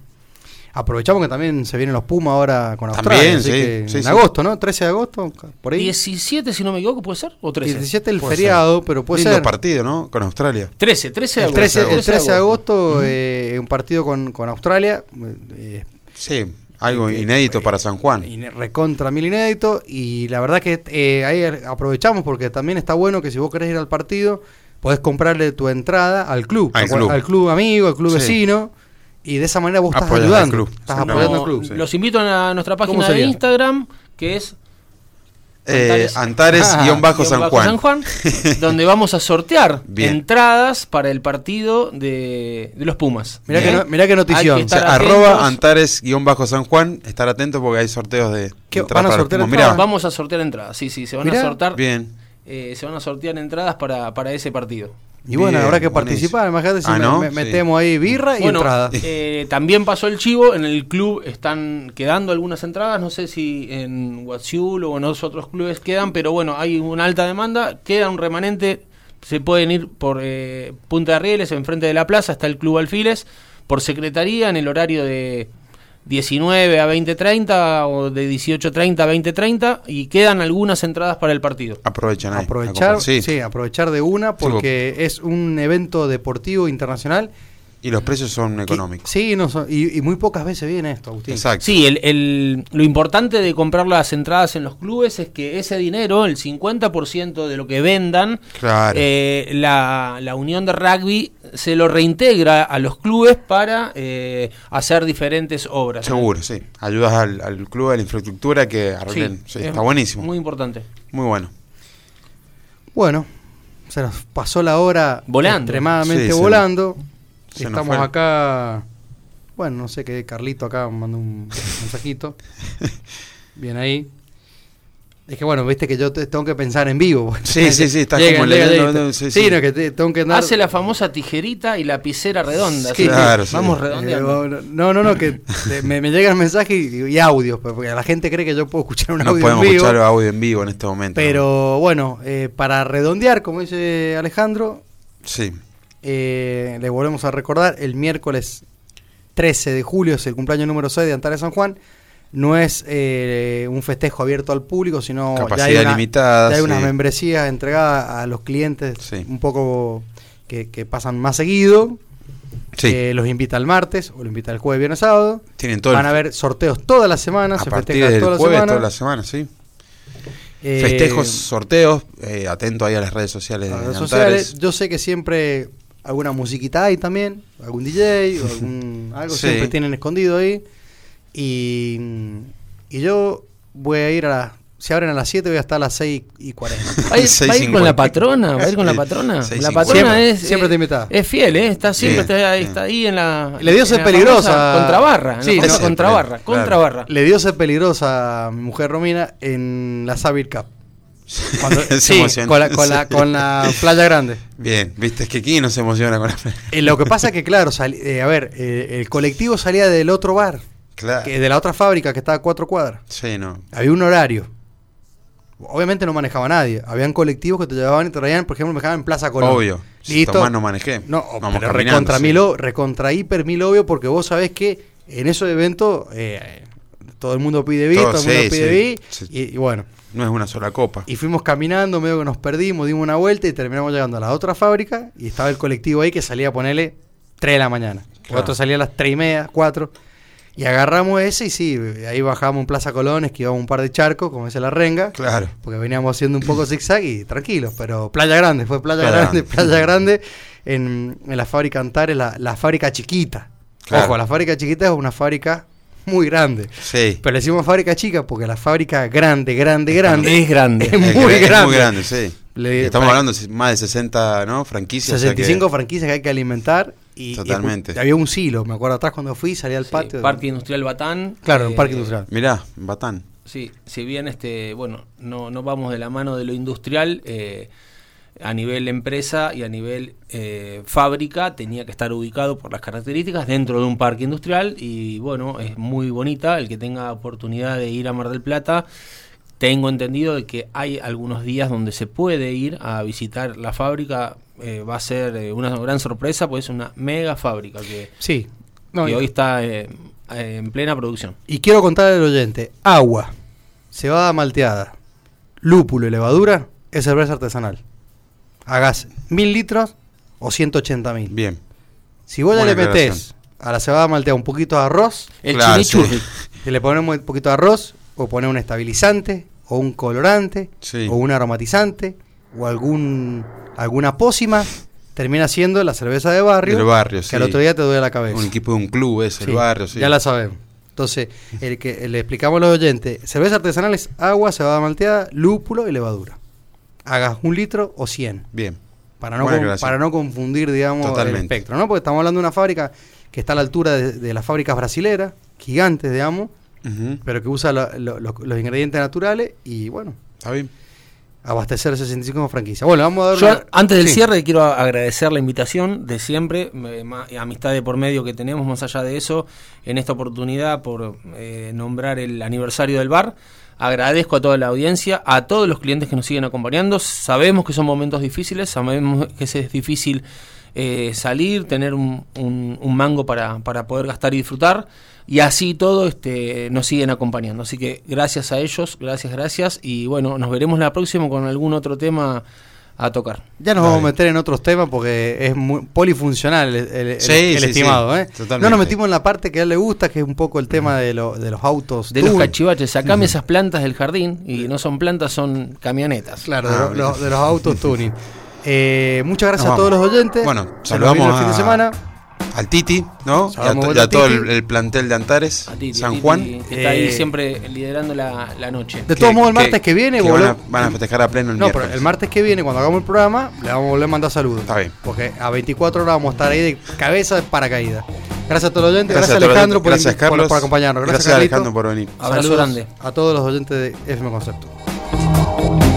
Speaker 2: Aprovechamos que también se vienen los Pumas ahora con
Speaker 3: También,
Speaker 2: Australia, así
Speaker 3: sí,
Speaker 2: que
Speaker 3: sí,
Speaker 2: en
Speaker 3: sí.
Speaker 2: agosto, ¿no? 13 de agosto, por ahí.
Speaker 4: 17, si no me equivoco, ¿puede ser? ¿O 13?
Speaker 2: 17 el
Speaker 3: Puede
Speaker 2: feriado, pero puede
Speaker 3: Lindo
Speaker 2: ser.
Speaker 3: partido, ¿no? Con Australia.
Speaker 4: 13, 13 de
Speaker 2: El
Speaker 4: agosto.
Speaker 2: 13, el
Speaker 4: 13
Speaker 2: 13 de agosto, eh, un partido con, con Australia. eh,
Speaker 3: Sí, Algo
Speaker 2: que-
Speaker 3: inédito para San Juan.
Speaker 2: Y recontra mil inédito. Y la verdad que eh, ahí aprovechamos porque también está bueno que si vos querés ir al partido, podés comprarle tu entrada al club.
Speaker 3: Al
Speaker 2: Acu-
Speaker 3: club.
Speaker 2: amigo, al club
Speaker 3: Sí.
Speaker 2: vecino. Y de esa manera vos estás
Speaker 3: Apoyás al
Speaker 2: ayudando.
Speaker 3: club.
Speaker 2: Estás
Speaker 3: Sí, no.
Speaker 2: apoyando al
Speaker 4: No,
Speaker 2: club.
Speaker 3: sí.
Speaker 4: Los invito a nuestra página de
Speaker 2: sería?
Speaker 4: Instagram, que es
Speaker 3: Eh,
Speaker 2: Ah,
Speaker 3: Antares-San
Speaker 4: guión bajo
Speaker 3: Juan.
Speaker 4: San Juan, donde vamos a sortear
Speaker 3: Bien.
Speaker 4: entradas para el partido de, de los Pumas.
Speaker 2: Mirá, que
Speaker 3: Bien.
Speaker 2: no- mirá qué notición.
Speaker 4: Hay que
Speaker 3: O sea,
Speaker 4: estar atentos.
Speaker 3: arroba Antares-San Juan. Estar atento porque hay sorteos de.
Speaker 2: ¿Qué,
Speaker 3: entradas
Speaker 2: van a
Speaker 3: para
Speaker 2: sortear
Speaker 3: Pumas.
Speaker 2: entradas?
Speaker 3: Mirá,
Speaker 4: Vamos a sortear entradas, sí, sí, se van
Speaker 2: Mirá.
Speaker 4: a sortear,
Speaker 3: Bien.
Speaker 4: eh, se van a sortear entradas para, para ese partido.
Speaker 2: Y bueno,
Speaker 3: Bien,
Speaker 2: habrá que
Speaker 3: buenísimo.
Speaker 2: participar. Imagínate si
Speaker 3: Ah,
Speaker 2: me-
Speaker 3: ¿no?
Speaker 2: me-
Speaker 3: Sí.
Speaker 2: metemos ahí birra y
Speaker 4: Bueno,
Speaker 2: entrada.
Speaker 4: eh, también pasó el chivo, en el club están quedando algunas entradas, no sé si en Guaziul o en los otros clubes quedan, pero bueno, hay una alta demanda, queda un remanente, se pueden ir por eh, Punta de Rieles, enfrente de la plaza, está el Club Alfiles, por secretaría en el horario de 19 a 20.30 o de 18.30 a 20.30 y quedan algunas entradas para el partido.
Speaker 3: Aprovechan ahí.
Speaker 2: aprovechar,
Speaker 3: a comprar.
Speaker 2: sí.
Speaker 3: Sí.
Speaker 2: aprovechar de una porque es un evento deportivo internacional.
Speaker 3: Y los precios son
Speaker 2: que-
Speaker 3: económicos.
Speaker 2: sí, no son- y, y muy pocas veces viene esto, Agustín.
Speaker 3: Exacto.
Speaker 4: Sí, el, el- lo importante de comprar las entradas en los clubes es que ese dinero, el 50% de lo que vendan,
Speaker 3: Claro.
Speaker 4: eh, la, la unión de rugby se lo reintegra a los clubes para eh, hacer diferentes obras.
Speaker 3: Seguro, sí. Ayudas al, al club, a la infraestructura que
Speaker 4: Sí,
Speaker 3: arreglen. Sí,
Speaker 4: es
Speaker 3: está buenísimo.
Speaker 4: Muy
Speaker 3: Muy,
Speaker 4: importante.
Speaker 3: bueno.
Speaker 2: Bueno, se nos pasó la hora
Speaker 4: Volando.
Speaker 2: extremadamente
Speaker 3: Sí, se
Speaker 2: volando.
Speaker 3: se nos
Speaker 2: Estamos
Speaker 3: fue.
Speaker 2: acá. Bueno, no sé qué, Carlito acá mandó un mensajito. Bien ahí. Es que bueno, viste que yo te- tengo que pensar en vivo.
Speaker 3: Sí, sí, sí, estás
Speaker 2: Llegan,
Speaker 3: como
Speaker 2: llegan,
Speaker 3: leyendo,
Speaker 2: llegan.
Speaker 3: no, sí,
Speaker 2: Sí,
Speaker 3: sí.
Speaker 2: no, que te- tengo que andar.
Speaker 4: Hace la famosa tijerita y lapicera redonda.
Speaker 2: Sí,
Speaker 4: ¿sí?
Speaker 3: claro, sí.
Speaker 4: Vamos
Speaker 3: Eh,
Speaker 4: redondeando.
Speaker 2: Eh, no, no, no, que te- me, me llegan mensajes y, y audios, pues, porque la gente cree que yo puedo escuchar un
Speaker 3: No
Speaker 2: audio en
Speaker 3: podemos
Speaker 2: vivo.
Speaker 3: escuchar los audio en vivo en este momento.
Speaker 2: Pero bueno, eh, para redondear, como dice Alejandro,
Speaker 3: ¿no? Sí.
Speaker 2: eh, le volvemos a recordar, el miércoles 13 de julio es el cumpleaños número 6 de Antares San Juan. No es eh, un festejo abierto al público, sino
Speaker 3: Capacidad
Speaker 2: ya hay, una-
Speaker 3: limitada,
Speaker 2: ya hay
Speaker 3: sí.
Speaker 2: unas membresías entregadas a los clientes
Speaker 3: Sí.
Speaker 2: un poco que, que pasan más seguido.
Speaker 3: Sí.
Speaker 2: Eh, los invita el martes o los invita el jueves, viernes, sábado.
Speaker 3: Tienen todo el-
Speaker 2: Van a haber sorteos todas las semanas,
Speaker 3: a
Speaker 2: se
Speaker 3: partir
Speaker 2: festejan
Speaker 3: del
Speaker 2: todas las
Speaker 3: jueves, toda la
Speaker 2: semanas.
Speaker 3: semana, sí.
Speaker 2: Eh,
Speaker 3: Festejos, sorteos, eh, atento ahí a las redes sociales
Speaker 2: las
Speaker 3: de
Speaker 2: redes
Speaker 3: Antares.
Speaker 2: sociales. Yo sé que siempre alguna musiquita hay también, algún DJ o algún, algo
Speaker 3: Sí.
Speaker 2: siempre tienen escondido ahí. Y, y yo voy a ir a las. Se abren a las 7, voy a estar a las 6 y 40.
Speaker 4: ¿Va a ir- va a ir con
Speaker 3: 6.50.
Speaker 4: la patrona? ¿Va a ir con la patrona?
Speaker 3: Sí,
Speaker 4: La
Speaker 3: 6.50.
Speaker 4: patrona
Speaker 2: Siempre,
Speaker 4: es,
Speaker 2: siempre
Speaker 4: eh,
Speaker 2: te invitaba.
Speaker 4: es fiel, ¿eh? está siempre
Speaker 3: Bien,
Speaker 4: está,
Speaker 3: bien.
Speaker 4: está ahí en la.
Speaker 2: Le dio
Speaker 4: en
Speaker 2: ser
Speaker 4: la
Speaker 2: peligrosa.
Speaker 4: famosa Contrabarra. en la
Speaker 2: Sí,
Speaker 4: famosa
Speaker 2: ese-
Speaker 4: contrabarra.
Speaker 3: claro.
Speaker 4: Contrabarra.
Speaker 2: Le dio ser peligrosa a mi mujer Romina en la Savir Cup. Cuando-
Speaker 3: Se
Speaker 2: sí,
Speaker 3: emocionó.
Speaker 2: con la- con la- con la playa grande.
Speaker 3: Bien, viste, es que aquí no se emociona con la.
Speaker 2: Eh, lo que pasa que, claro, sali- eh, a ver, eh, el colectivo salía del otro bar,
Speaker 3: Claro.
Speaker 2: que de la otra fábrica que estaba a cuatro cuadras.
Speaker 3: Sí, no.
Speaker 2: Había un horario. Obviamente no manejaba nadie. Habían colectivos que te llevaban y te traían, por ejemplo, me dejaban en Plaza Colón.
Speaker 3: Obvio. Si
Speaker 2: Listo.
Speaker 3: tomás, no manejé.
Speaker 2: No, o-
Speaker 3: Vamos
Speaker 2: pero
Speaker 3: caminando,
Speaker 2: recontra,
Speaker 3: sí.
Speaker 2: mil, o- recontra hiper mil obvio, porque vos sabés que en esos eventos eh, todo el mundo pide vi, todo,
Speaker 3: Todo,
Speaker 2: el mundo
Speaker 3: sí,
Speaker 2: pide
Speaker 3: sí,
Speaker 2: vi,
Speaker 3: sí.
Speaker 2: y- y bueno.
Speaker 3: No es una sola copa.
Speaker 2: Y fuimos caminando, medio que nos perdimos, dimos una vuelta y terminamos llegando a la otra fábrica y estaba el colectivo ahí que salía a ponerle 3 de la mañana. El
Speaker 3: Claro.
Speaker 2: otro salía a las 3 y media, 4. Y agarramos ese y sí, ahí bajábamos en Plaza Colón, esquivamos un par de charcos, como dice la renga,
Speaker 3: Claro.
Speaker 2: porque veníamos haciendo un poco zigzag y tranquilos, pero Playa Grande, fue Playa,
Speaker 3: Playa
Speaker 2: Grande,
Speaker 3: Grande.
Speaker 2: Playa Grande, en, en la fábrica Antares, la, la fábrica chiquita.
Speaker 3: Claro.
Speaker 2: Ojo, la fábrica chiquita es una fábrica muy grande.
Speaker 3: Sí.
Speaker 2: Pero le decimos fábrica chica porque la fábrica grande, grande, grande.
Speaker 4: Es grande.
Speaker 2: Es muy
Speaker 3: gra- es
Speaker 2: grande.
Speaker 3: muy grande, sí.
Speaker 2: Le-
Speaker 3: Estamos
Speaker 2: para-
Speaker 3: hablando de más de 60, ¿no? Franquicias. o sea que-
Speaker 2: 65 franquicias que hay que alimentar. Y, y
Speaker 3: Totalmente.
Speaker 2: escu- había un silo, me acuerdo atrás cuando fui, salía al
Speaker 4: Sí,
Speaker 2: patio.
Speaker 4: Parque Industrial Batán.
Speaker 2: Claro,
Speaker 4: eh,
Speaker 2: un parque industrial.
Speaker 3: Mirá, Batán.
Speaker 4: Sí, si bien este, bueno, no, no vamos de la mano de lo industrial, eh, a nivel empresa y a nivel eh, fábrica tenía que estar ubicado por las características dentro de un parque industrial y bueno, es muy bonita el que tenga oportunidad de ir a Mar del Plata. Tengo entendido de que hay algunos días donde se puede ir a visitar la fábrica. eh, va a ser eh, una gran sorpresa, pues es una mega fábrica que,
Speaker 2: Sí. No,
Speaker 4: que
Speaker 2: y,
Speaker 4: hoy está eh, en plena producción.
Speaker 2: y quiero contarle al oyente: agua, cebada malteada, lúpulo y levadura es cerveza artesanal. Hagas mil litros o 180 mil.
Speaker 3: Bien.
Speaker 2: Si vos ya
Speaker 3: Buena
Speaker 2: le metés
Speaker 3: aclaración.
Speaker 2: a la cebada malteada un poquito de arroz,
Speaker 4: El
Speaker 3: Claro,
Speaker 4: chimichurri.
Speaker 3: sí.
Speaker 2: Y le ponemos un poquito de arroz, o poner un estabilizante, o un colorante,
Speaker 3: Sí.
Speaker 2: o un aromatizante, o algún alguna pócima, termina siendo la cerveza de barrio.
Speaker 3: Del barrio,
Speaker 2: que
Speaker 3: sí.
Speaker 2: al otro día te duele la cabeza.
Speaker 3: Un equipo de un club es el barrio, sí.
Speaker 2: Pues, Ya la sabemos. Entonces, el que le explicamos a los oyentes, cerveza artesanal es agua, cebada malteada, lúpulo y levadura. Hagas un litro o 100.
Speaker 3: Bien.
Speaker 2: Para no,
Speaker 3: Buena
Speaker 2: con-
Speaker 3: aclaración.
Speaker 2: para no confundir, digamos, el
Speaker 3: Totalmente.
Speaker 2: espectro, ¿no? Porque estamos hablando de una fábrica que está a la altura de, de las fábricas brasileras, gigantes, digamos,
Speaker 3: Ujú.
Speaker 2: pero que usa lo- lo- lo- los ingredientes naturales y, bueno,
Speaker 3: Está bien.
Speaker 2: abastecer 65 como franquicia. Bueno, vamos a dar
Speaker 4: Yo
Speaker 2: una-
Speaker 4: antes del
Speaker 2: Sí.
Speaker 4: cierre quiero a- agradecer la invitación de siempre, me- ma- amistad de por medio que tenemos más allá de eso, en esta oportunidad por eh, nombrar el aniversario del bar. Agradezco a toda la audiencia, a todos los clientes que nos siguen acompañando. Sabemos que son momentos difíciles, sabemos que es difícil eh, salir, tener un, un- un mango para, para poder gastar y disfrutar. Y así todo este, nos siguen acompañando. Así que gracias a ellos, gracias, gracias. Y bueno, nos veremos la próxima con algún otro tema a tocar.
Speaker 2: Ya nos vamos a
Speaker 3: Dale.
Speaker 2: meter en otros temas porque es muy polifuncional el, el- el-
Speaker 3: Sí,
Speaker 2: el
Speaker 3: sí,
Speaker 2: estimado.
Speaker 3: sí,
Speaker 2: ¿eh?
Speaker 3: totalmente.
Speaker 2: No nos metimos en la parte que a él le gusta, que es un poco el tema de, lo- de los autos.
Speaker 4: De
Speaker 2: touring.
Speaker 4: los cachivaches, sacame esas plantas del jardín y no son plantas, son camionetas.
Speaker 2: Claro, de,
Speaker 3: Ah,
Speaker 2: lo-
Speaker 3: bien.
Speaker 2: lo- de los autos tuning. Eh, muchas gracias
Speaker 3: Nos
Speaker 2: a todos
Speaker 3: vamos.
Speaker 2: los oyentes.
Speaker 3: Bueno,
Speaker 2: Se nos
Speaker 3: saludamos
Speaker 2: vino el fin de
Speaker 3: a-
Speaker 2: semana.
Speaker 3: Al Titi, ¿no? Y a,
Speaker 2: Saludamos
Speaker 3: to-
Speaker 2: al
Speaker 3: y a todo
Speaker 2: Titi.
Speaker 3: el, el plantel de Antares,
Speaker 4: A ti,
Speaker 3: San
Speaker 4: Titi,
Speaker 3: Juan.
Speaker 4: que está ahí
Speaker 2: Eh,
Speaker 4: siempre liderando la, la noche.
Speaker 2: De todos modos, el martes que viene,
Speaker 3: van, a,
Speaker 2: volvemos-
Speaker 3: van a festejar a pleno el
Speaker 2: No, pero
Speaker 3: miércoles.
Speaker 2: el martes que viene, cuando hagamos el programa, le vamos a volver a mandar saludos.
Speaker 3: Está bien.
Speaker 2: Porque a 24 horas vamos a estar ahí de cabeza de paracaídas. Gracias a todos los oyentes. Gracias,
Speaker 3: Gracias, a todos los
Speaker 2: Alejandro
Speaker 3: oyentes.
Speaker 2: por,
Speaker 3: gracias
Speaker 2: invi- por-
Speaker 3: Carlos.
Speaker 2: por acompañarnos.
Speaker 3: Gracias,
Speaker 2: Carlito.
Speaker 3: Alejandro por venir.
Speaker 4: Abrazo
Speaker 2: Saludos
Speaker 4: grande.
Speaker 2: A todos los oyentes de FM Concepto.